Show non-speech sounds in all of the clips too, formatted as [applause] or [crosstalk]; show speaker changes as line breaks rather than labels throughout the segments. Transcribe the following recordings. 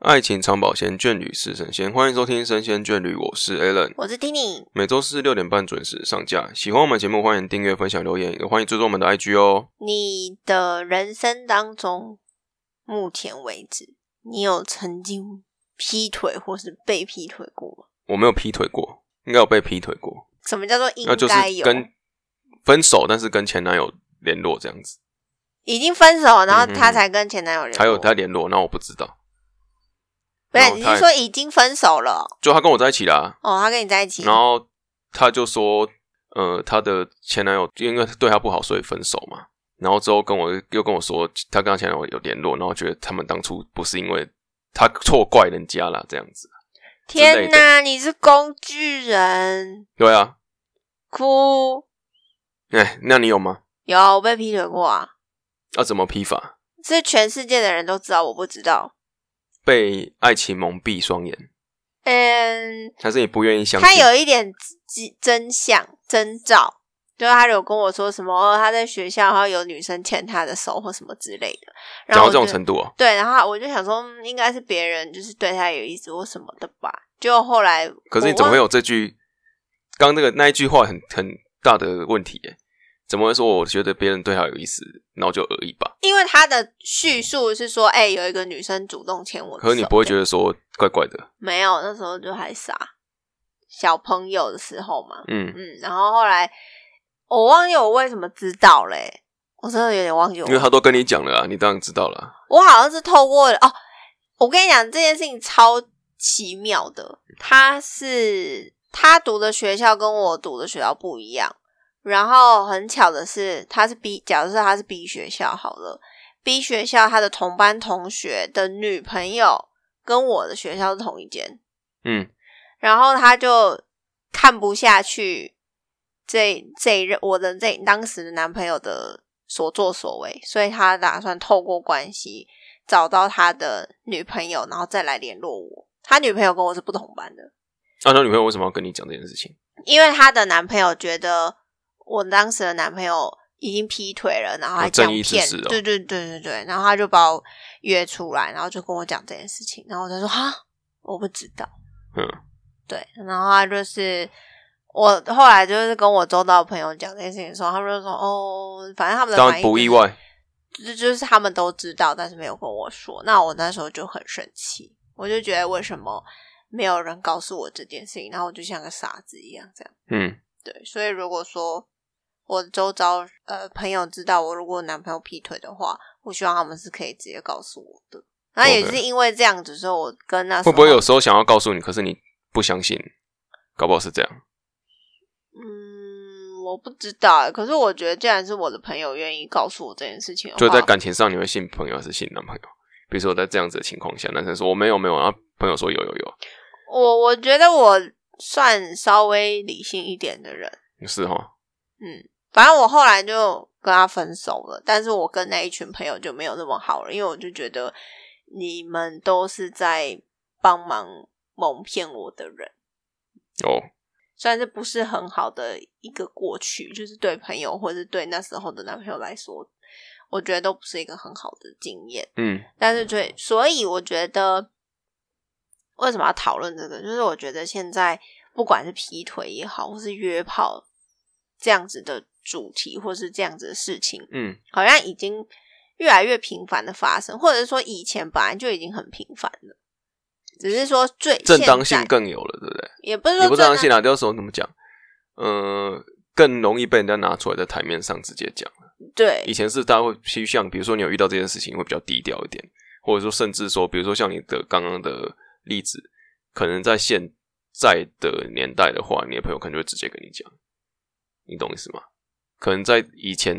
爱情长保鲜，眷侣是神仙。欢迎收听《神仙眷侣》，我是 Alan。
我是 Tini，
每周四六点半准时上架。喜欢我们节目，欢迎订阅、分享、留言，也欢迎追踪我们的 IG 哦。
你的人生当中，目前为止，你有曾经劈腿或是被劈腿过吗？
我没有劈腿过，应该有被劈腿过，
什么叫做应
那就是
该有？
跟分手，但是跟前男友联络这样子，
已经分手，然后
嗯哼
他才跟前男友联络。
还有他联络，那我不知道。
不
然
是，
后
你
他
是说已经分手了？
就他跟我在一起啦，
哦，他跟你在一起，
然后他就说，呃，他的前男友因为对他不好，所以分手嘛。然后之后跟我又跟我说，他跟他前男友有联络，然后觉得他们当初不是因为他错怪人家啦，这样子。
天哪，你是工具人，
对啊，
哭。
哎，那你有吗？
有我被劈腿过啊，
要、怎么批法？
是全世界的人都知道，我不知道。
被爱情蒙蔽双眼，
嗯，
还是你不愿意相信？
他有一点真真相征兆，就是他有跟我说什么，哦、他在学校然后有女生牵他的手或什么之类的，然
讲到
后我
这种
就
程度哦、
对，然后我就想说，嗯应该是别人就是对他有意思或什么的吧。就后来，
可是你
我
怎么会
忘
有这句？刚那个那一句话很很大的问题耶，怎么会说我觉得别人对他有意思，然后就而已吧？
因为他的叙述是说，哎、有一个女生主动牵我的手，
可是你不会觉得说怪怪的？
没有，那时候就还傻，小朋友的时候嘛。
嗯，
嗯，然后后来我忘记我为什么知道嘞、我真的有点忘记我
因为他都跟你讲了啊，你当然知道了啊。
我好像是透过哦，我跟你讲这件事情超奇妙的，他是他读的学校跟我读的学校不一样，然后很巧的是，他是 B，假如说他是 B 学校好了，B 学校他的同班同学的女朋友跟我的学校是同一间，
嗯，
然后他就看不下去这这一任我的这当时的男朋友的所作所为，所以他打算透过关系找到他的女朋友，然后再来联络我。他女朋友跟我是不同班的，
那、啊、他女朋友为什么要跟你讲这件事情？
因为他的男朋友觉得我当时的男朋友已经劈腿了，然后还
有
这样
正义之
骗，
士哦
对对对对对，然后他就把我约出来，然后就跟我讲这件事情，然后我就说哈，我不知道。
嗯，
对，然后他就是我后来就是跟我周遭的朋友讲这件事情的时候，他们就说哦，反正他们的
当
反
然
应
不
就
意
是，
外。
就就是他们都知道，但是没有跟我说。那我那时候就很生气，我就觉得为什么没有人告诉我这件事情，然后我就像个傻子一样这样。
嗯，
对，所以如果说我周遭呃朋友知道我如果男朋友劈腿的话，我希望他们是可以直接告诉我的。那也
OK
是因为这样子，所以我跟那
会
时候
不会有时候想要告诉你，可是你不相信？搞不好是这样。
嗯，我不知道欸，可是我觉得，既然是我的朋友愿意告诉我这件事情的话，
就在感情上，你会信朋友还是信男朋友？比如说在这样子的情况下，男生说我没有没有，然后朋友说有有有，
我我觉得我算稍微理性一点的人，
是哦哈？
嗯，反正我后来就跟他分手了，但是我跟那一群朋友就没有那么好了，因为我就觉得你们都是在帮忙蒙骗我的人，
哦，
虽然这不是很好的一个过去，就是对朋友或者对那时候的男朋友来说，我觉得都不是一个很好的经验。
嗯，
但是最，所以我觉得为什么要讨论这个？就是我觉得现在不管是劈腿也好，或是约炮这样子的主题，或是这样子的事情，
嗯，
好像已经越来越频繁的发生，或者是说以前本来就已经很频繁了，只是说最
正当性
现在
更有了，对不对？
也不是
也
说
不是
正
正当性啊
性，
啦，就是说怎么讲，呃，更容易被人家拿出来在台面上直接讲。以
对
前是大家会趋向，比如说你有遇到这件事情会比较低调一点，或者说甚至说，比如说像你的刚刚的例子，可能在现在的年代的话，你的朋友可能就会直接跟你讲，你懂意思吗？可能在以前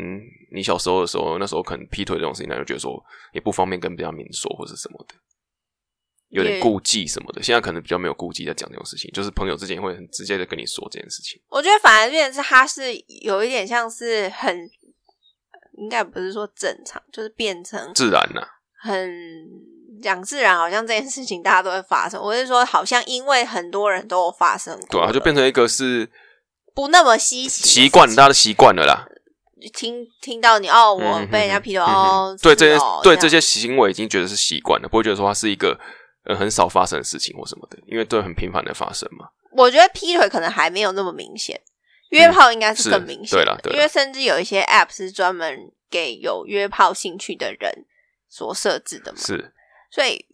你小时候的时候，那时候可能劈腿这种事情，他就觉得说也不方便跟别人明说或是什么的，有点
对
顾忌什么的。现在可能比较没有顾忌在讲这种事情，就是朋友之间会很直接的跟你说这件事情。
我觉得反而变成是他是有一点像是很。应该不是说正常，就是变成
自然呐、
很讲自然，好像这件事情大家都会发生。我是说，好像因为很多人都有发生过了，
对啊，它就变成一个是
不那么稀奇的事情，
习惯，大家都习惯了啦。
听听到你哦，我
嗯
被人家劈腿、
嗯哼
哦，
对
是
这些
哦
对这些
样
行为已经觉得是习惯了，不会觉得说它是一个呃很少发生的事情或什么的，因为都很频繁的发生嘛。
我觉得劈腿可能还没有那么明显，约炮应该是更明显
嗯是对啦
的，
对啦
因为甚至有一些 App 是专门给有约炮兴趣的人所设置的嘛，
是，
所以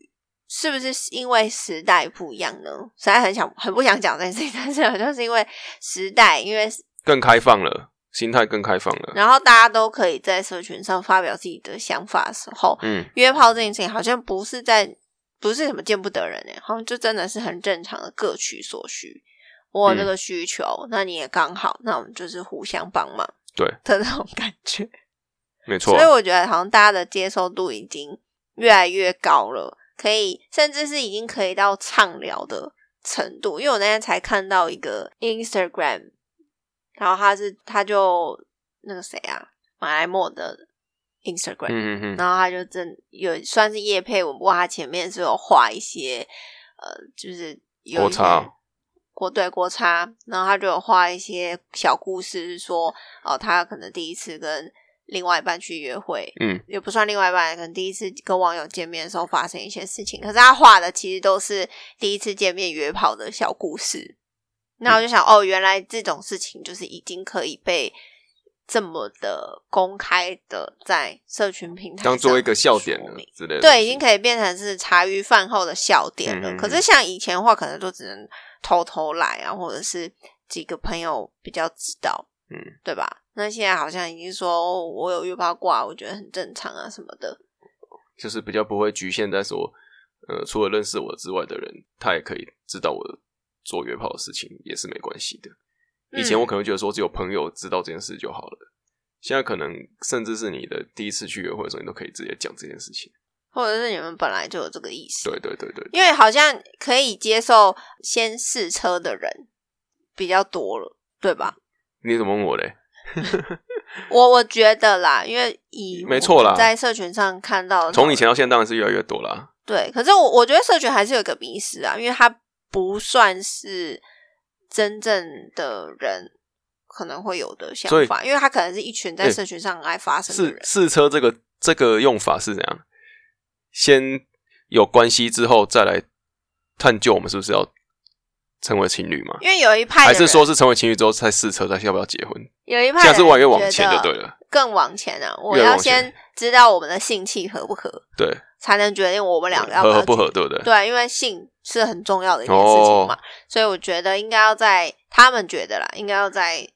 是不是因为时代不一样呢？实在很想很不想讲这件事情，但是好像是因为时代，因为
更开放了，心态更开放了。
然后大家都可以在社群上发表自己的想法的时候，
嗯，
约炮这件事情好像不是在不是什么见不得人哎，好像就真的是很正常的各取所需。我有这个需求，那你也刚好，那我们就是互相帮忙，
对
的那种感觉。
没错
所以。我觉得好像大家的接受度已经越来越高了，可以甚至是已经可以到畅聊的程度。因为我那天才看到一个 Instagram，然后他是他就那个谁啊，马来莫的 Instagram，、
嗯嗯嗯，
然后他就真有算是叶佩文，不过他前面是有画一些呃，就是有
国
一些
差
国对国差，然后他就有画一些小故事，说哦，他可能第一次跟另外一半去约会，
嗯，
也不算另外一半，可能第一次跟网友见面的时候发生一些事情，可是他画的其实都是第一次见面约炮的小故事。那我就想，哦，原来这种事情就是已经可以被这么的公开的在社群平台
当做
上
一个笑点
说
了
明
之类的东西。
对，已经可以变成是茶余饭后的笑点了。
嗯嗯嗯
可是像以前的话，可能就只能偷偷来啊，或者是几个朋友比较知道，
嗯，
对吧？那现在好像已经说、哦我有约八卦，我觉得很正常啊什么的。
就是比较不会局限在说，呃，除了认识我之外的人，他也可以知道我做约炮的事情，也是没关系的。以前
嗯
我可能会觉得说只有朋友知道这件事就好了，现在可能甚至是你的第一次去约会的时候，你都可以直接讲这件事情。
或者是你们本来就有这个意识，
对对对对，
因为好像可以接受先试车的人比较多了，对吧？
你怎么问我嘞？
我我觉得啦，因为以
嗯没错啦
我在社群上看到的
从以前到现在当然是越来越多啦。
对，可是我我觉得社群还是有一个迷失啊，因为它不算是真正的人可能会有的想
所以
法，因为它可能是一群在
哎
社群上爱发生的
试
人。
试车这个这个用法是怎样？先有关系之后再来探究我们是不是要成为情侣嘛？
因为有一派的
还
人
是说是成为情侣之后才试车，才要不要结婚？
有一派
现在是
的人
往越往前
觉
就
得
对了，
更往前啊！我
越
要
往前
先知道我们的性气合不合，
对，
才能决定我们两个要
合
要
合不合，对哦不对？
对，因啊为性是很重要的一件事情嘛，所以我觉得应该要在他们觉得啦，应该要在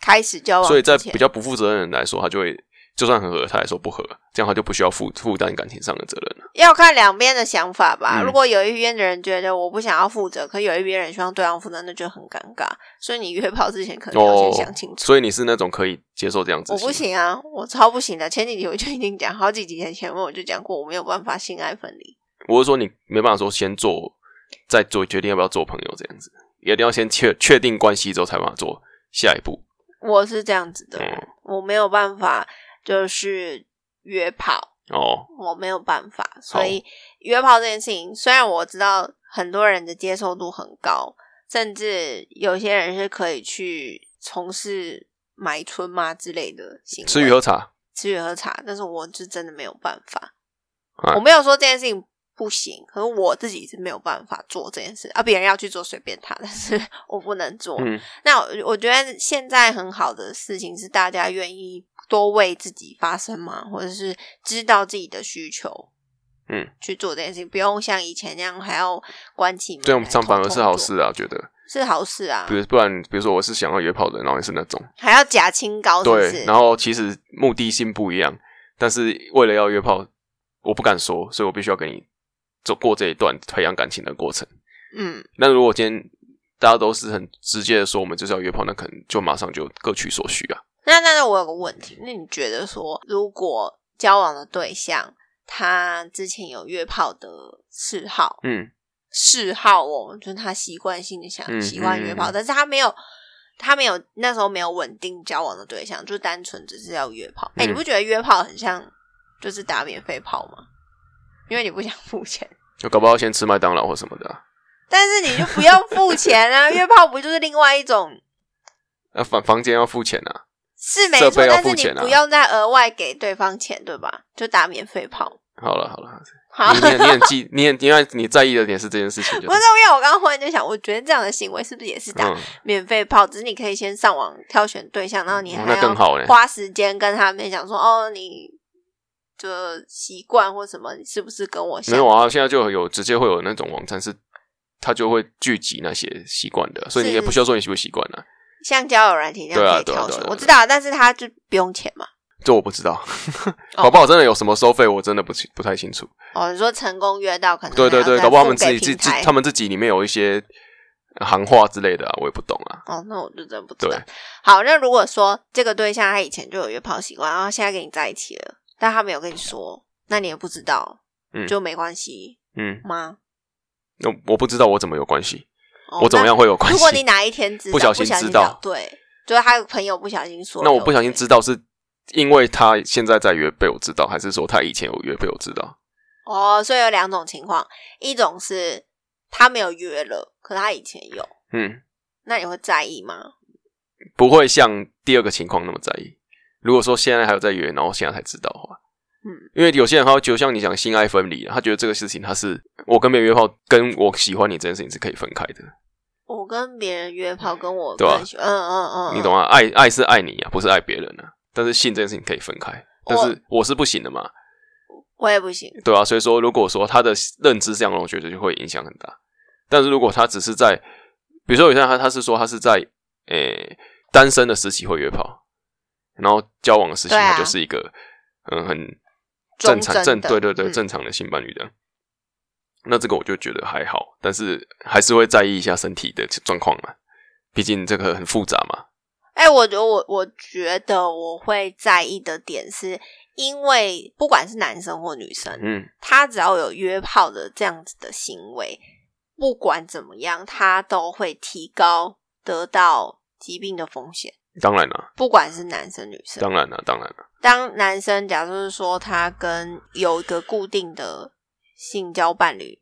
开始交往之
所以
前，
在比较不负责任的人来说，他就会就算很合，他来说不合，这样他就不需要负负担感情上的责任了。
要看两边的想法吧。
嗯
如果有一边的人觉得我不想要负责，可有一边人希望对方负责，那就很尴尬。所以你约炮之前可能要
哦
先想清，楚。
所以你是那种可以接受这样子？
我不，行啊，我超不行的。前几集我就已经讲，好几集前前面我就讲过，我没有办法性爱分离。
我是说你没办法说先做，再做决定要不要做朋友这样子，一定要先确确定关系之后才办法做下一步。
我是这样子的，
嗯，
我没有办法，就是约炮，
哦，
我没有办法。所以约炮这件事情，虽然我知道很多人的接受度很高，甚至有些人是可以去从事买春嘛之类的行为，
吃鱼喝茶，
吃鱼喝茶，但是我就真的没有办法。
哎
我没有说这件事情不行，可是我自己是没有办法做这件事啊，别人要去做随便他，但是 [laughs] 我不能做。
嗯，
那我我觉得现在很好的事情是，大家愿意多为自己发声嘛，或者是知道自己的需求，
嗯，
去做这件事情，不用像以前那样还要关起门
这样
来
上反而
偷偷
是好
做，
事啊，觉得，
是好事啊
比，如不然，比如说我是想要约炮的，然后你是那种。
还要假清高，是不
对，
哦是？
然后其实目的性不一样，但是为了要约炮，我不敢说，所以我必须要跟你走过这一段培养感情的过程。
嗯，
那如果今天大家都是很直接的说我们就是要约炮，那可能就马上就各取所需啊。
那那那我有个问题，那你觉得说，如果交往的对象他之前有约炮的嗜好，
嗯，
嗜好哦，就是他习惯性的想
嗯
喜欢约
嗯
炮，但是他没有，他没有那时候没有稳定交往的对象，就单纯只是要约炮。哎、
嗯
你不觉得约炮很像就是打免费炮吗？因为你不想付钱，
就搞不好先吃麦当劳或什么的、啊。
但是你就不要付钱
[laughs]
啊！约炮不就是另外一种
那啊房房间要付钱啊，
是没
设
错，
备要
但是
付
你
钱啊
不用再额外给对方钱，对吧？就打免费炮。
好了好了，
好，
你你很你很记，你很因为你在意的点是这件事情，就
不是，因啊 [laughs] 为我刚刚忽然就想，我觉得这样的行为是不是也是打
嗯，
免费炮？只是你可以先上网挑选对象，然后你
哦
还
那更
要
好嘞。
花时间跟他们讲说，哦，你的习惯或什么，你是不是跟我像
没有啊，现在就有直接会有那种网站是，它就会聚集那些习惯的，所以你也
是
不需要说你习不习惯啊。
像交友软体那
对啊
样可以
对啊
挑
对啊
选？
对啊
我知道，但是他就不用钱嘛。
这我不知
[laughs]
道，
哦
搞不好真的有什么收费，我真的不清不太清楚。
哦，你说成功约到可能
对对
还要
对，
再
搞不好他
付
们自
给
己自
平
自
台
他们自己里面有一些呃行话之类的啊，我也不懂啊。
哦，那我就真的不知道
对。，
好，那如果说这个对象他以前就有约炮习惯，然后现在跟你在一起了，但他没有跟你说，那你也不知道，
嗯
就没关系
嗯，
吗？
那我不知道我怎么有关系，
哦
我怎么样会有
那
关系？
如果你哪一天知道
不小心知道
对，就是他有朋友不小心说，
那我不小心
就
知道是因为他现在在约被我知道，还是说他以前有约被我知道？
哦，所以有两种情况，一种是他没有约了，可他以前有，
嗯，
那你会在意吗？
不会像第二个情况那么在意。如果说现在还有在约，然后现在才知道的话，
嗯，
因为有些人他就像你讲性爱分离，啊他觉得这个事情他是我跟别人约炮，跟我喜欢你这件事情是可以分开的，
我跟别人约炮，跟我
对啊
更喜欢，嗯嗯嗯，
你懂
啊？
啊？爱爱是爱你啊，不是爱别人啊。但是性这件事情可以分开，但
我
是我是不行的嘛，
我也不行，
对啊，所以说，如果说他的认知是这样的话，我觉得就会影响很大。但是如果他只是在，比如说有些人他他是说他是在诶、单身的时期会约炮，然后交往的时期
对啊
他就是一个、嗯很正常
忠贞的
对对对
嗯
正常的性伴侣的。那这个我就觉得还好，但是还是会在意一下身体的状况嘛，毕竟这个很复杂嘛。
哎、我觉得我我觉得我会在意的点是，因为不管是男生或女生，
嗯，
他只要有约炮的这样子的行为，不管怎么样，他都会提高得到疾病的风险。
当然了、
不管是男生女生，
当然了、当然了、
当男生假如是说他跟有一个固定的性交伴侣，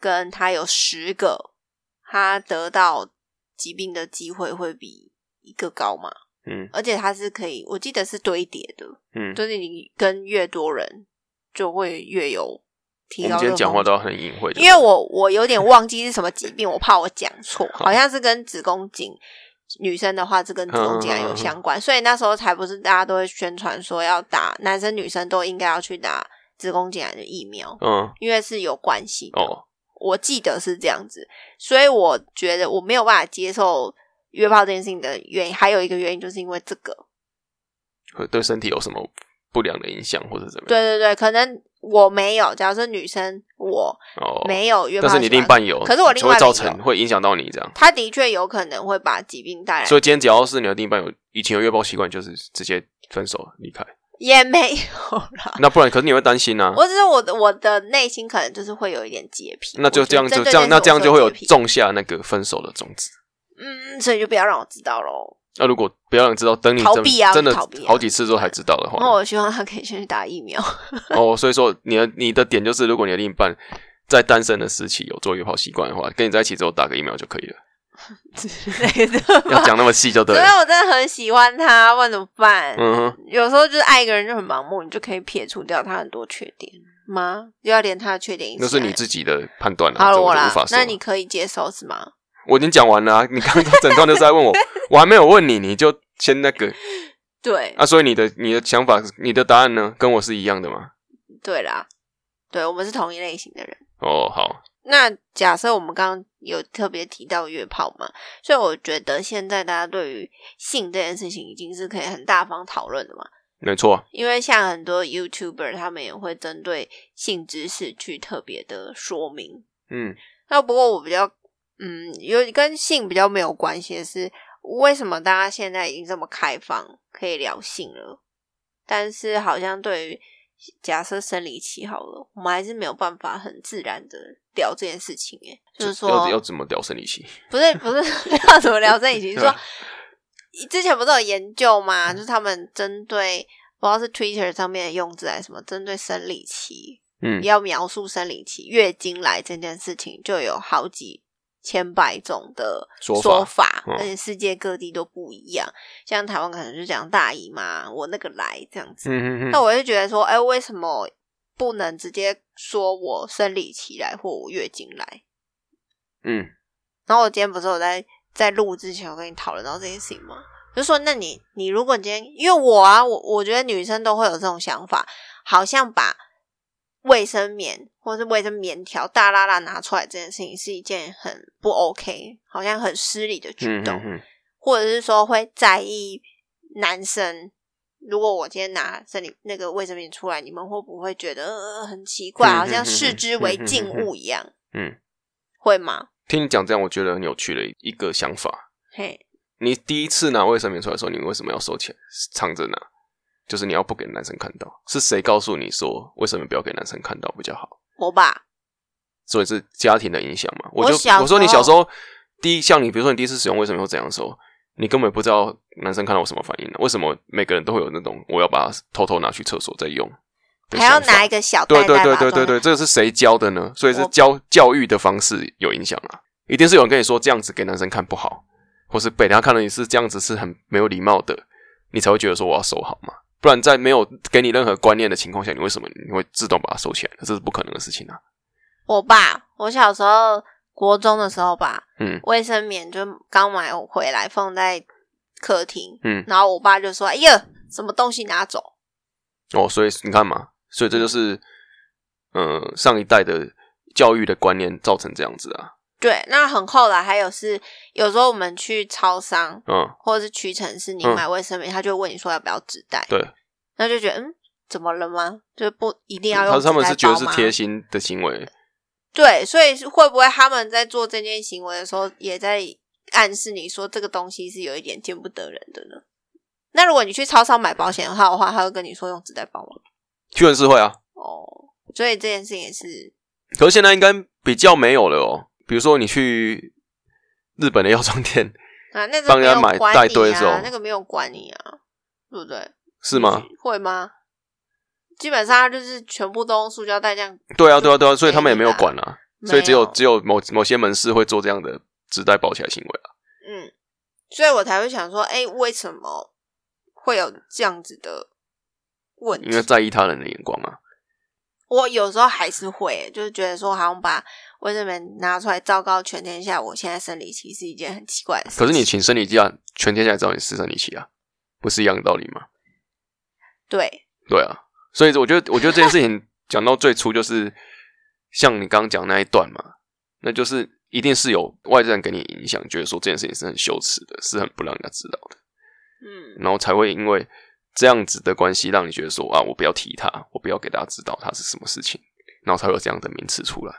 跟他有十个，他得到疾病的机会会比一个高吗？
嗯
而且它是可以，我记得是堆叠的，
嗯。
就是你跟越多人就会越有提
我
高
们
这
今天
个
讲话
风险
都要很隐晦，就
因
对
为
了
我我有
嗯
点忘记是什么疾病，我怕我讲错，好像是跟子宫颈。女生的话是跟子宫颈癌
嗯
有相关，所以那时候才不是大家都会宣传说要打，男生女生都应该要去打子宫颈癌的疫苗，
嗯
因为是有关系的。
哦
我记得是这样子，所以我觉得我没有办法接受约炮这件事情的原因，还有一个原因就是因为这个，
会对身体有什么不良的影响或者怎么样？
对对对，可能我没有，假如是女生，我
哦，
没有约炮
但
习
是
惯，
你另一半有，
可是我另
就
外
会
一半
造
有
成会影响到你这样。
他的确有可能会把疾病带来，
所以今天只要是你的另一半有以前有约炮习惯，就是直接分手离开。
也没有啦。
[laughs] 那不然，可是你会担心啊。
我只是我的我的内心可能就是会有一点洁癖，
那就
我觉
这样
得
就
针
这样，
对
那这样
件
就
事
会
我
有
洁癖，
种下那个分手的种子。
嗯，所以就不要让我知道喽。
那如果不要让你知道，等你
逃
真
避啊
真的
逃避啊哦
好几次之后才知道的
然后
话，
我希望他可以先去打疫
[laughs]
苗，
哦，所以说你的你的点就是，如果你的另一半在单身的时期有做约炮习惯的话，跟你在一起之后打个疫苗就可以
[laughs]
了。
之类的吧。
要讲那么细就对
所以
了。
我真的很喜欢他，不然怎么办？
嗯哼。
有时候就是爱一个人就很盲目，你就可以撇除掉他很多缺点吗？又要连他的缺点一起
那是你
来
自己的判断了、
好了
这我
我
就
啦
无法，说啊
那
了
你可以接受是吗？
我已经讲完了、啊， [laughs] 你刚刚整段都是在
[laughs]
问我，我还没有问你，你就先那个
对，
啊。所以你的你的想法，你的答案呢，跟我是一样的吗？
对啦，对我们是同一类型的人。
哦，好，
那假设我们刚刚有特别提到约炮嘛，所以我觉得现在大家对于性这件事情已经是可以很大方讨论的嘛。
没错，啊
因为像很多 YouTuber 他们也会针对性知识去特别的说明，
嗯
那不过我比较，嗯，有跟性比较没有关系的是，为什么大家现在已经这么开放，可以聊性了，但是好像对于假设生理期好了，我们还是没有办法很自然的聊这件事情、欸，就是
要要
说，
怎么聊生理期？
不是不是 [laughs] 要怎么聊生理期，
对
就是说
啊嗯
之前不是有研究嘛，就是他们针对。不知道是 Twitter 上面的用字还是什么，针对生理期
嗯，
要描述生理期、月经来这件事情，就有好几千百种的
说法
法
嗯
而且世界各地都不一样。像台湾可能就讲大姨妈，我那个来这样子。
嗯嗯
那
嗯，
我就觉得说，哎、为什么不能直接说我生理期来或我月经来。
嗯，
然后我今天不是有在在录之前，我跟你讨论到这件事情吗？就说，那你你如果今天，因为我啊，我我觉得女生都会有这种想法，好像把卫生棉或是卫生棉条大拉拉拿出来这件事情是一件很不 OK，好像很失礼的举
嗯
动，
嗯嗯，
或者是说会在意男生。如果我今天拿这里那个卫生棉出来，你们会不会觉得、呃、很奇怪，
嗯
好像
嗯
视之
嗯
为
嗯
禁
嗯
物一样？
嗯，
会吗？
听你讲这样，我觉得很有趣的一个想法。
嘿，
你第一次拿卫生棉出来的时候，你为什么要收起来藏着拿？就是你要不给男生看到，是谁告诉你说卫生棉不要给男生看到比较好？
我吧，
所以是家庭的影响嘛？我就
我小时候
我说你小时候第一像你，比如说你第一次使用卫生棉或怎样的时候，你根本不知道男生看到我什么反应、啊。为什么每个人都会有那种我要把它偷偷拿去厕所再用的
还要
想法？
拿一个小袋
对对对
袋把它
对对
装
对，这个是谁教的呢？所以是
我
教教育的方式有影响啊，一定是有人跟你说这样子给男生看不好，或是被人家看到你是这样子是很没有礼貌的，你才会觉得说我要收好嘛。不然在没有给你任何观念的情况下，你为什么你会自动把它收起来？这是不可能的事情啊。
我爸，我小时候国中的时候吧，
嗯
卫生棉就刚买回来放在客厅，
嗯，
然后我爸就说：“哎呀，什么东西拿走
哦，所以你看嘛，所以这就是
嗯
呃上一代的教育的观念造成这样子啊。？”
对，那很后来还有是，有时候我们去超商
嗯，
或者是屈臣氏，你
嗯
买卫生棉，他就会问你说要不要纸袋，
对，
那就觉得嗯，怎么了吗？就不一定要
嗯
用
他
纸袋
他们是觉得是
包吗
贴心的行为，
对，所以是会不会他们在做这件行为的时候，也在暗示你说这个东西是有一点见不得人的呢？那如果你去超商买保险套的话，他会跟你说用纸袋包吗？
居然是会啊。
哦，所以这件事情也是
可是现在应该比较没有了哦。比如说你去日本的药妆店
啊，那个
帮
没
人家
有
买
管
带
你
队的时候
啊，那个没有管你啊，对不对？
是吗？？
会吗？基本上它就是全部都用塑胶袋这样，
对啊，对啊，对啊，
嗯
所以他们也没有管啊，所以只有
没
只有某某些门市会做这样的纸袋包起来行为啊。
嗯，所以我才会想说，哎、为什么会有这样子的问题
因？为在意他人的眼光啊。
我有时候还是会，就是觉得说，好像把卫生棉拿出来昭告全天下，我现在生理期是一件很奇怪的事情。
可是你请生理假，全天下也知道你是生理期啊，不是一样的道理吗？
对，
对啊，所以我觉得，我觉得这件事情讲到最初就是像你刚刚讲那一段嘛，那就是一定是有外在人给你影响，觉得说这件事情是很羞耻的，是很不让人家知道的。
嗯，
然后才会因为这样子的关系，让你觉得说啊，我不要提它，我不要给大家知道它是什么事情，然后才会有这样的名词出来，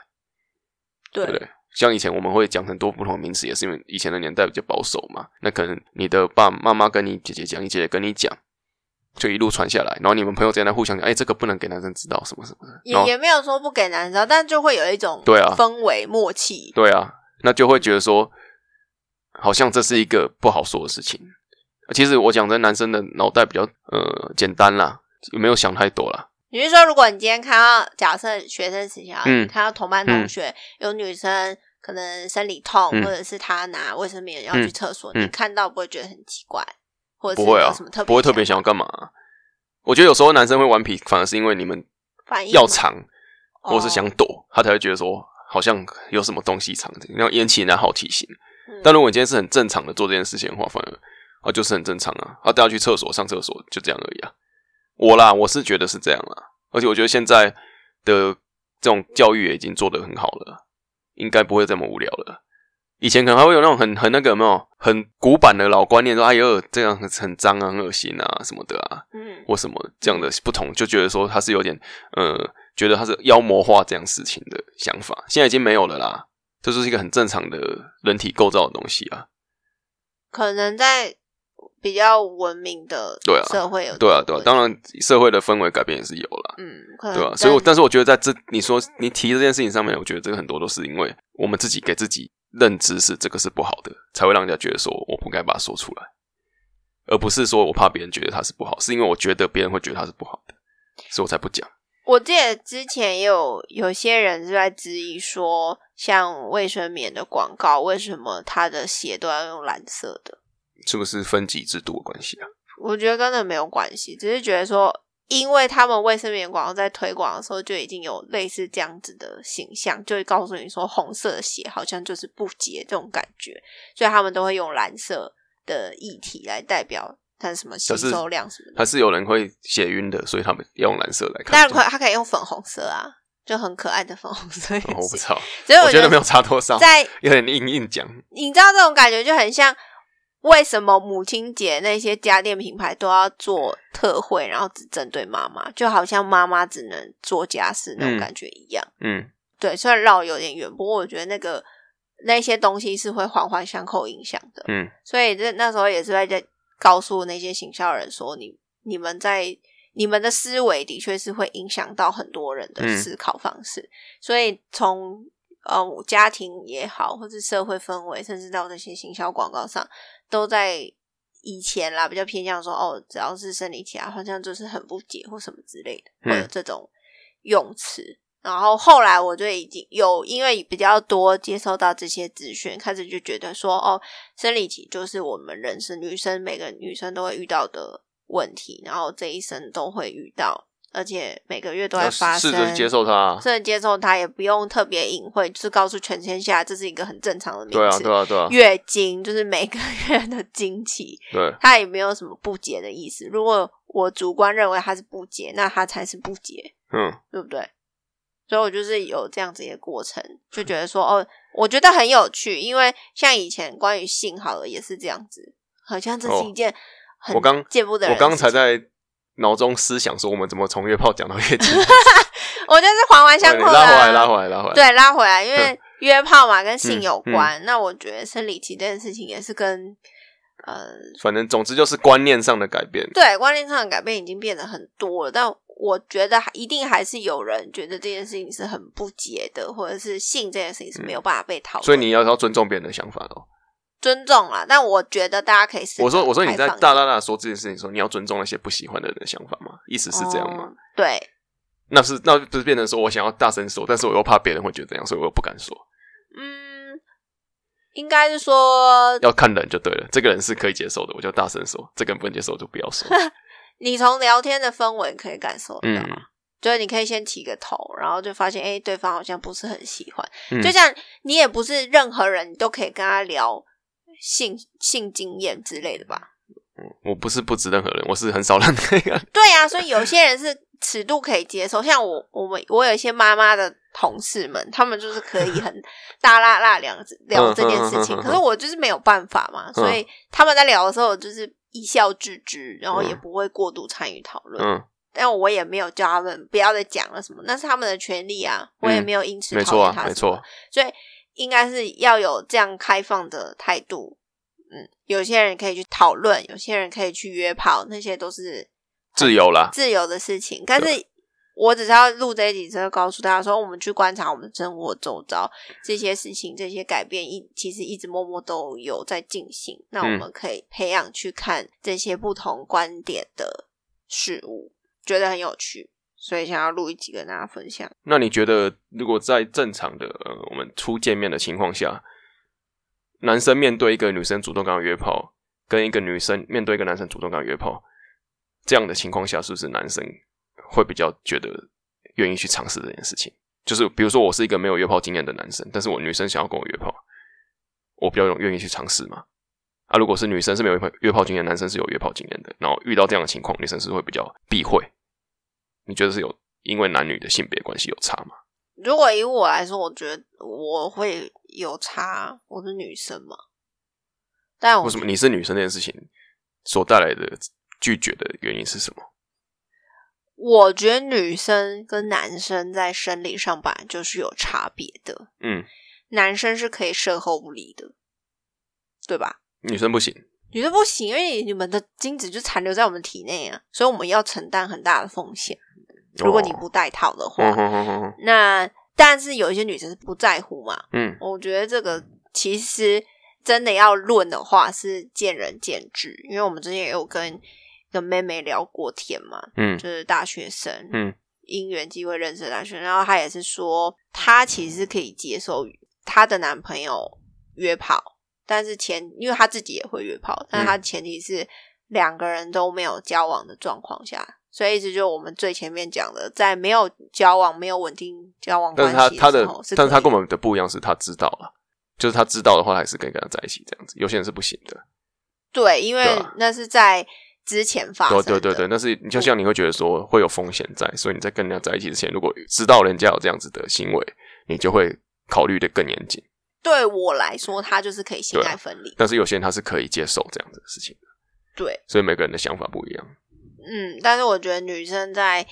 对
对不对？像以前我们会讲很多不同的名词，也是因为以前的年代比较保守嘛。那可能你的爸妈妈跟你姐姐讲，你姐姐跟你讲，就一路传下来。然后你们朋友之间在互相讲，哎，这个不能给男生知道，什么什么的。然
也
后
也没有说不给男生知道，但就会有一种
对啊
氛围默契。
对啊，那就会觉得说，好像这是一个不好说的事情。呃其实我讲真，男生的脑袋比较呃简单啦，没有想太多啦。
你是说，如果你今天看到假设学生时期啊，
嗯
看到同班同学、有女生可能生理痛，
嗯
或者是她拿卫生棉要去厕所，
嗯
你看到不会觉得很奇怪，或者
不
是
会啊
有什么特，别
不会特别想要干嘛、啊我觉得有时候男生会顽皮，反而是因为你们
反应
要
吗哦
藏，或是想躲，他才会觉得说好像有什么东西藏着，然后引起人家好奇心。
嗯
但如果你今天是很正常的做这件事情的话，反而啊就是很正常啊，啊大家去厕所上厕所就这样而已啊。我啦，我是觉得是这样啦，而且我觉得现在的这种教育也已经做得很好了，应该不会这么无聊了。以前可能还会有那种很很那个有没有很古板的老观念说，哎呦这样很很脏啊，很恶心啊什么的啊，
嗯，
或什么这样的不同，就觉得说他是有点呃，觉得他是妖魔化这样事情的想法，现在已经没有了啦。这就是一个很正常的人体构造的东西啊，
可能在比较文明的
对啊
社会有
对啊，对啊，当
然
然社会的氛围改变也是有啦，
嗯，可能
对啊，所以我
在
但是我觉得在这你说你提这件事情上面，我觉得这个很多都是因为我们自己给自己认知是这个是不好的，才会让人家觉得说我不该把它说出来，而不是说我怕别人觉得它是不好，是因为我觉得别人会觉得它是不好的，所以我才不讲。
我记得之前也有有些人是在质疑说，像卫生棉的广告为什么它的鞋都要用蓝色的？
是不是分级制度的关系啊？
我觉得跟那没有关系，只是觉得说因为他们卫生棉广告在推广的时候就已经有类似这样子的形象，就会告诉你说红色的血好像就是不洁这种感觉，所以他们都会用蓝色的液体来代表它什么吸
可是
收量什么的。
还是有人会血晕的，所以他们要用蓝色来看。
当然可它可以用粉红色啊，就很可爱的粉红色也
哦
[laughs]
我不
行。
知道，
所以
我觉
觉
得没有差多少，
在
有点硬硬讲。
你知道这种感觉就很像，为什么母亲节那些家电品牌都要做特惠，然后只针对妈妈，就好像妈妈只能做家事那种
嗯
感觉一样。
嗯，
对，虽然绕有点远，不过我觉得那个那些东西是会环环相扣影响的。
嗯，
所以这那时候也是在在告诉那些行销人说，你你们在你们的思维的确是会影响到很多人的
嗯
思考方式，所以从呃家庭也好，或是社会氛围，甚至到这些行销广告上，都在。以前啦，比较偏向说哦，只要是生理期啊，好像就是很不解或什么之类的，
嗯
会有这种用词。然后后来我就已经有，因为比较多接收到这些资讯，开始就觉得说，哦，生理期就是我们人生女生每个女生都会遇到的问题，然后这一生都会遇到，而且每个月都会
要
发
试
生。
着去接受它啊。
甚至接受它也不用特别隐晦，就是告诉全天下这是一个很正常的名
对啊，
词。
对啊，对啊，
月经就是每个月的经期，
对，
它也没有什么不洁的意思。如果我主观认为它是不洁，那它才是不洁。
嗯，
对不对？所以我就是有这样子一个过程，就觉得说，哦，我觉得很有趣，因为像以前关于性好了也是这样子，好像这是一件
哦
很
我刚
见不得人
我
的事情。
刚才在脑中思想说，我们怎么从约炮讲到
[laughs]
月经？
我就是环环相
对
扣、
拉
啊，
回来，拉回来，拉回来。，
对，拉回来，因为约炮嘛跟性
嗯
有关，那我觉得生理期这件事情也是跟呃
反正总之就是观念上的改变。
对观念上的改变已经变得很多了，但我觉得还一定还是有人觉得这件事情是很不洁的，或者是性这件事情是没有办法被讨论的。
嗯所以你要要尊重别人的想法哦。
尊重啦，但我觉得大家可以试着
我说，我说你在
开放一
大
点
大大说这件事情的时候，你要尊重那些不喜欢的人的想法吗？意思是这样吗？
哦对，
那是那不是变成说我想要大声说，但是我又怕别人会觉得这样，所以我又不敢说。
嗯，应该是说
要看人就对了，这个人是可以接受的，我就大声说；这个人不能接受，我就不要
[laughs]
说。
你从聊天的氛围可以感受得到，
嗯
就是你可以先起个头，然后就发现哎、诶对方好像不是很喜欢。
嗯
就像你也不是任何人，你都可以跟他聊性性经验之类的吧？
我不是不指任何人，我是很少让那 [laughs] 个。
对啊呀、所以有些人是尺度可以接受，像我我们我有一些妈妈的。同事们，他们就是可以很大啦啦聊聊这件事情，
嗯嗯嗯嗯嗯嗯
可是我就是没有办法嘛，所以他们在聊的时候，我就是一笑置之，然后也
嗯
不会过度参与讨论。
嗯，
但我也没有叫他们不要再讲了什么，那是他们的权利啊，我也没有因此
没
讨
错
厌
啊，
他、
嗯没错，，
所以应该是要有这样开放的态度。嗯，有些人可以去讨论，有些人可以去约炮，那些都是
自由啦。
自由的事情。但
啊
是我只是要录这一集，之后告诉大家说，我们去观察我们生活周遭这些事情、这些改变，一其实一直默默都有在进行。那我
嗯
们可以培养去看这些不同观点的事物，觉得很有趣，所以想要录一集跟大家分享。
那你觉得，如果在正常的呃我们初见面的情况下，男生面对一个女生主动跟他约炮，跟一个女生面对一个男生主动跟他约炮，这样的情况下，是不是男生会比较觉得愿意去尝试这件事情？就是比如说，我是一个没有约炮经验的男生，但是我女生想要跟我约炮，我比较容愿意去尝试嘛。啊，如果是女生是没有约炮约炮经验，男生是有约炮经验的，然后遇到这样的情况，女生是会比较避讳。你觉得是有因为男女的性别关系有差吗？
如果以我来说，我觉得我会有差，我是女生嘛，但我
为什么你是女生这件事情所带来的拒绝的原因是什么？
我觉得女生跟男生在生理上本来就是有差别的，
嗯，
男生是可以售后不理的，对吧？
女生不行，
女生不行，因为你们的精子就残留在我们体内啊，所以我们要承担很大的风险。如果你不戴套的话，
嗯哼哼哼哼
那但是有一些女生是不在乎嘛，
嗯
我觉得这个其实真的要论的话是见仁见智，因为我们之前也有跟一个妹妹聊过天嘛，
嗯
就是大学生，
嗯，
因缘机会认识的大学生，然后她也是说，她其实是可以接受她的男朋友约炮，但是前因为
嗯
她自己也会约炮，但她前提是两个人都没有交往的状况下所以一直就我们最前面讲的，在没有交往、没有稳定交往
但
关
是他
系
他
时
的
候，
但是他跟
我
我们的不一样是，他知道了，就是他知道的话，还是可以跟他在一起这样子。有些人是不行的，
对，因为
对啊
那是在之前发生
对
的，
对对对，那是你就像你会觉得说会有风险在，所以你在跟人家在一起之前，如果知道人家有这样子的行为，你就会考虑的更严谨。
对我来说，他就是可以性
对啊
爱分离，
但是有些人他是可以接受这样子的事情，
对，
所以每个人的想法不一样。
嗯，但是我觉得女生在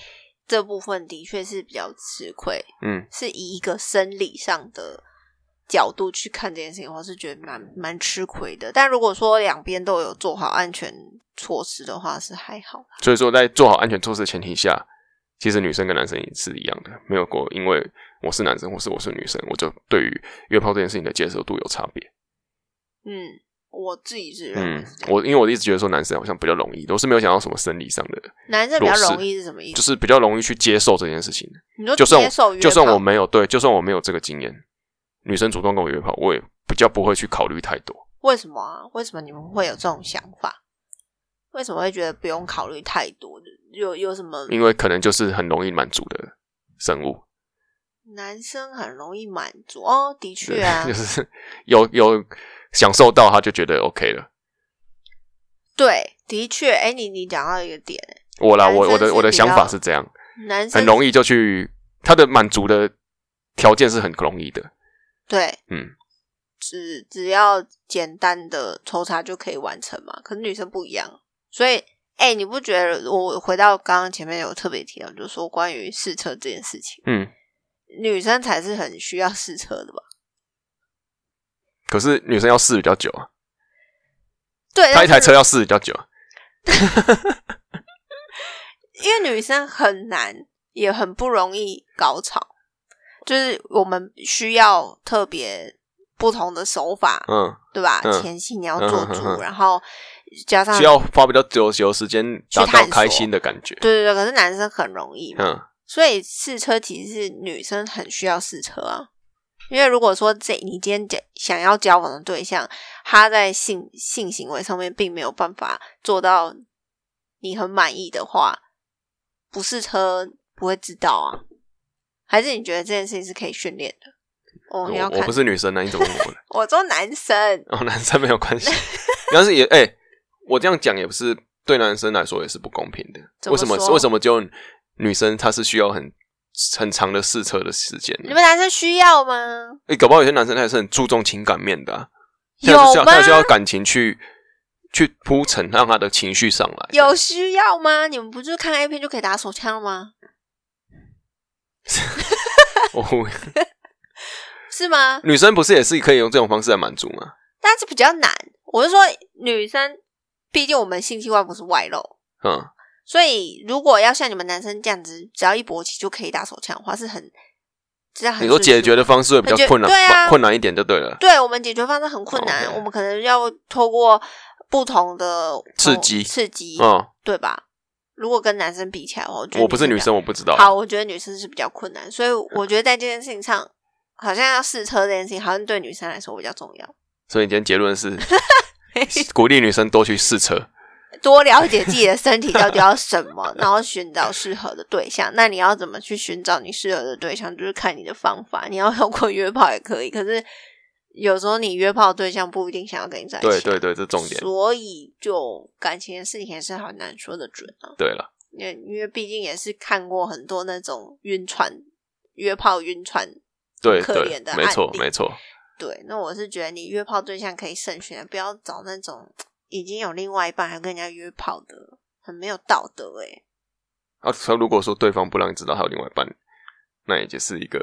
这部分的确是比较吃亏，
嗯，
是以一个生理上的角度去看这件事情，我是觉得蛮蛮吃亏的。但如果说两边都有做好安全措施的话，是还好啦。
所以说，在做好安全措施的前提下，其实女生跟男生也是一样的，没有过因为我是男生或是我是女生，我就对于约炮这件事情的接受度有差别。
嗯，我自己是认为
嗯
是这，样
我因为我一直觉得说男生好像比较容易，我是没有想到什么生理上的，
男生比较
弱势
容易是什么意
就
思？
是比较容易去接受这件事情。
你说
就算
接受
我
约
就算
炮
我没有对，就算我没有这个经验，女生主动跟我约炮，我也比较不会去考虑太多。
为什么啊？为什么你们会有这种想法？为什么会觉得不用考虑太多？有有什么
因为可能就是很容易满足的生物，
男生很容易满足哦？的确
对， [laughs]
啊
就是有有享受到他就觉得 OK 了。
对，的确，哎、你你讲到一个点，
我啦，
男
我
生
我的
是
我的
比较
想法是这样，
男生
很容易就去他的满足的条件是很容易的，
对，
嗯，
只只要简单的抽查就可以完成嘛。可是女生不一样，所以，哎、你不觉得我回到刚刚前面有特别提到，就是说关于试车这件事情，
嗯。
女生才是很需要试车的吧？
可是女生要试比较久啊，
对，
她一台
但是
车要试比较久啊，
因为女生很难，也很不容易高潮，就是我们需要特别不同的手法，
嗯，
对吧？
嗯
前戏你要做
嗯
足，
嗯嗯嗯
然后加上
需要花比较久久的时间达到
啊去探索
开心的感觉，
对对对，可是男生很容易嘛，
嗯，
所以试车其实是女生很需要试车啊。因为如果说这你今天讲想要交往的对象，他在性性行为上面并没有办法做到你很满意的话，不试车不会知道啊。还是你觉得这件事情是可以训练的？哦，你要
我
看
我不是女生呢，啊你怎么问我呢？
我做男生，
哦，男生没有关
[laughs]
系，但是也哎、我这样讲也不是对男生来说也是不公平的，
怎么
为什么
说
为什么只有女生她是需要很很长的试车的时间呢？
你们男生需要吗？
欸，搞不好有些男生他也是很注重情感面的、啊，
有
他也是需要
吗
他也需要感情去去铺陈，让他的情绪上来。
有需要吗？你们不就是看 A 片就可以打手枪了吗？
哦，
是吗？
女生不是也是可以用这种方式来满足吗？
但是比较难。我是说，女生，毕竟我们性器官不是外露，
嗯，
所以如果要像你们男生这样子，只要一勃起就可以打手枪的话，是很这样很
你说
迅
解
速
决的方式会比
很
较
绝
困难，
对啊
困难一点就对了。
对我们解决方式很困难
哦 OK
我们可能要透过不同的
刺激
刺激，
嗯，
对吧？如果跟男生比起来，我觉得
我不是
比
女
较
生，我不知道。
好，我觉得女生是比较困难，所以我觉得
嗯
在这件事情上，好像要试车这件事情，好像对女生来说比较重要。
所以你今天结论
[laughs]
是鼓励女生多去试车。
多了解自己的身体到底要什么，然后寻找适合的对象。那你要怎么去寻找你适合的对象？就是看你的方法。你要通过约炮也可以，可是有时候你约炮的对象不一定想要跟你在一起啊、
对对对，这重点。
所以就感情的事情也是很难说的准啊。
对了，
因为因为毕竟也是看过很多那种晕船、约炮晕船。
对
可
对
怜的，
没错
案例
没错。
对，那我是觉得你约炮对象可以慎选，不要找那种已经有另外一半还跟人家约炮的，很没有道德欸诶、
啊，所以如果说对方不让你知道他有另外一半，那也就是一个，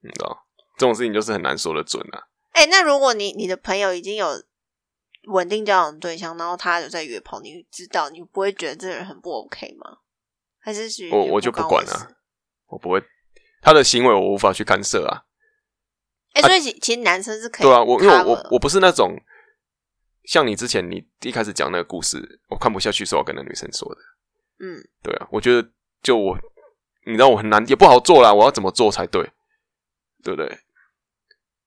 你知道，这种事情就是很难说的准啊。
哎、那如果你你的朋友已经有稳定交往的对象，然后他有在约炮，你知道你不会觉得这个人很不 OK 吗？还是是
我我就
不
不管啊我不会，他的行为我无法去干涉啊。
哎、欸所以其其实男生是可以
对啊，我因为我
cover
我我不是那种像你之前你一开始讲那个故事，我看不下去是我跟那女生说的。
嗯，
对啊，我觉得就我，你知道我很难，也不好做啦。我要怎么做才对，对不对？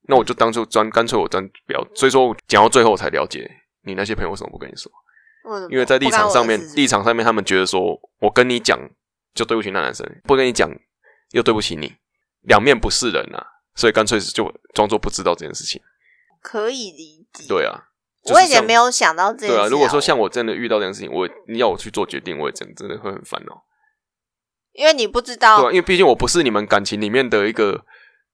那我就当初专干脆我专不要，所以说我讲到最后我才了解你那些朋友为什么不跟你说。
什么
因为在立场上面
不干我的事，情
立场上面他们觉得说，我跟你讲就对不起那男生，不跟你讲又对不起你，两面不是人啊，所以干脆就装作不知道这件事情。
可以理解。
对啊，就是
我以前
像
没有想到这件
对
事、哦
啊，如果说，像我真的遇到这件事情，我你要我去做决定，我也真真的会很烦恼。
因为你不知道
对、啊，因为毕竟我不是你们感情里面的一个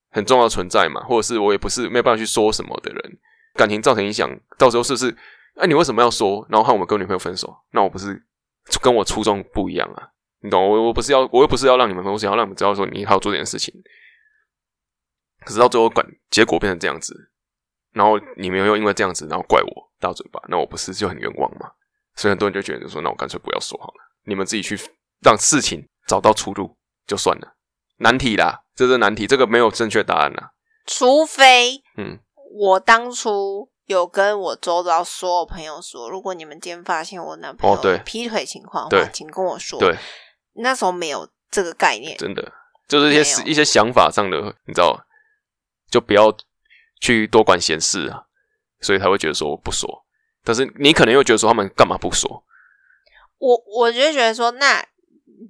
很重要的存在嘛，或者是我也不是没有办法去说什么的人，感情造成影响，到时候是不是？哎、你为什么要说？然后和我们跟我女朋友分手，那我不是跟我初衷不一样啊？你懂？我我不是要，我又不是要让你们分手，我想要让你们知道说你还要做这件事情。可是到最后管结果变成这样子，然后你们又因为这样子，然后怪我大嘴巴，那我不是就很冤枉吗？所以很多人就觉得说，那我干脆不要说好了，你们自己去让事情找到出路就算了。难题啦，这是难题，这个没有正确答案啦。
除非
嗯，
我当初有跟我周遭所有朋友说，如果你们今天发现我男朋
哦对
友劈腿情况的话，
对
请跟我说。
对，
那时候没有这个概念，
真的就是一些
没有
一些想法上的，你知道，就不要去多管闲事啊，所以才会觉得说不说。但是你可能又觉得说他们干嘛不说？
我我就会觉得说，那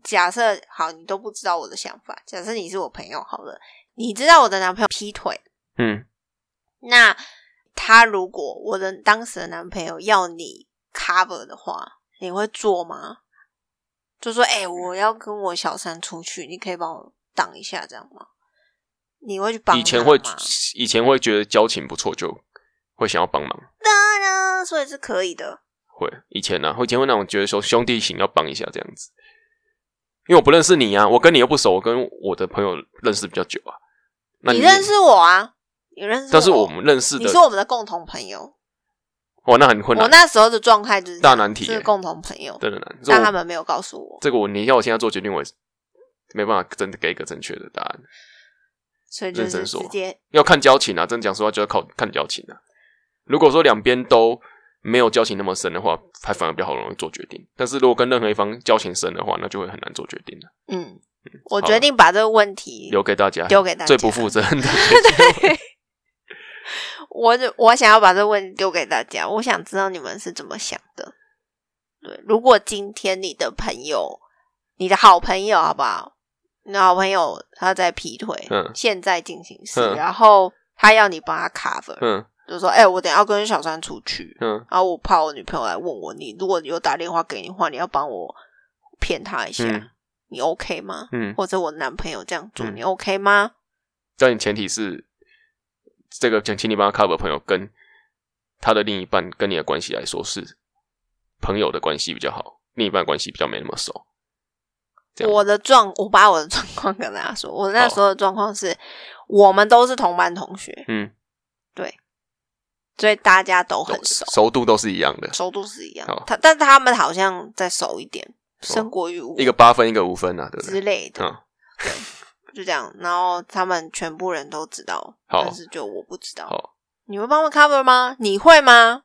假设好，你都不知道我的想法，假设你是我朋友好了，你知道我的男朋友劈腿，
嗯，
那他如果我的当时的男朋友要你 cover 的话，你会做吗？就说，哎、我要跟我小三出去，你可以帮我挡一下，这样吗？你会去帮他吗？
以前会以前会觉得交情不错，就会想要帮忙。
当然，啊所以是可以的。
会以前呢、啊，会以前会那种觉得说兄弟情要帮一下这样子，因为我不认识你啊，我跟你又不熟，我跟我的朋友认识比较久啊。那
你认？识我啊？你认识？
但是我们认识
你
的
是我们的共同朋友。
哇，那很困
我
难，
那时候的状态就是这样
大难题耶
就是共同朋友，
真的难。这
但他
我
们没有告诉我，
这个我你要我现在做决定，我也没办法真的给一个正确的答案。
所以就
认真
是
说
直接
要看交情啊，真讲实话就要靠看交情啊。如果说两边都没有交情那么深的话，还反而比较好容易做决定。但是如果跟任何一方交情深的话，那就会很难做决定了。
嗯，我
好
决
了
定把这个问题
留给大家，
丢给大家，
最不负责任的
[laughs] 我就我想要把这个问题丢给大家，我想知道你们是怎么想的。对，如果今天你的朋友，你的好朋友，好不好？你的好朋友他在劈腿，
嗯
现在进行式，
嗯
然后他要你帮他 cover，、
嗯
就说：“哎、我等一下要跟小三出去，
嗯
然后我怕我女朋友来问我，你如果有打电话给你的话，你要帮我骗她一下，
嗯
你 OK 吗？
嗯。
或者我男朋友这样做，
嗯
你 OK 吗？
但你前提是这个，请请你帮他 cover 朋友跟他的另一半跟你的关系来说是朋友的关系比较好，另一半关系比较没那么熟。这样
我的状，我把我的状况跟大家说，我那时候的状况是，我们都是同班同学，
嗯，
所以大家都很熟，
熟度都是一样的，
熟度是一样
好。
他，但是他们好像再熟一点，胜过于我
哦一个八分，一个五分啊，对不
之
对？
类的，
嗯，
就这样。然后他们全部人都知道，
好
但是就我不知道。
好，
你会帮我 cover 吗？你会吗？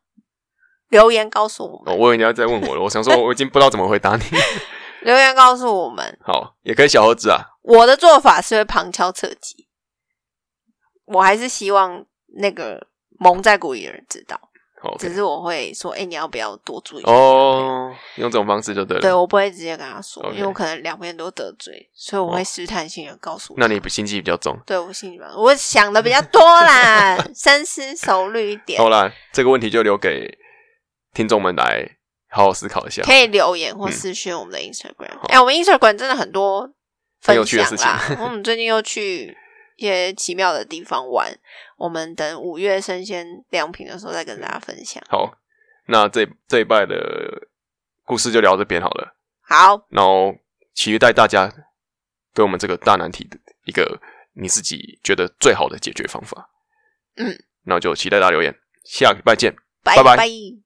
留言告诉我
哦，
们，
我以为你要再问我了，我想
[laughs]
说我已经不知道怎么回答你。 [laughs]
留言告诉我们。
好，也可以小猴子啊，
我的做法是会旁敲侧击，我还是希望那个蒙在鼓里的人知道，
好，OK，
只是我会说，哎、你要不要多注意？，
哦，用这种方式就对了。
对我不会直接跟他说
OK 哦
因为我可能两边都得罪，所以我会试探性的告诉他
那你心机比较重。
对我心里面，我想的比较多
[laughs]
啦，深思熟虑一点
好，啦，这个问题就留给听众们来好好思考一下。
可以留言或
嗯
私讯我们的 Instagram。
好
哎、我们 Instagram 真的很多分
很有趣的
享
事情
啦。我们最近又去一些奇妙的地方玩，我们等五月生鲜良品的时候再跟大家分享。
好，那这这一拜的故事就聊到这边好了。
好，
然后期待大家给我们这个大难题的一个你自己觉得最好的解决方法。
嗯，
那就期待大家留言，下个礼拜见。拜
拜
拜
拜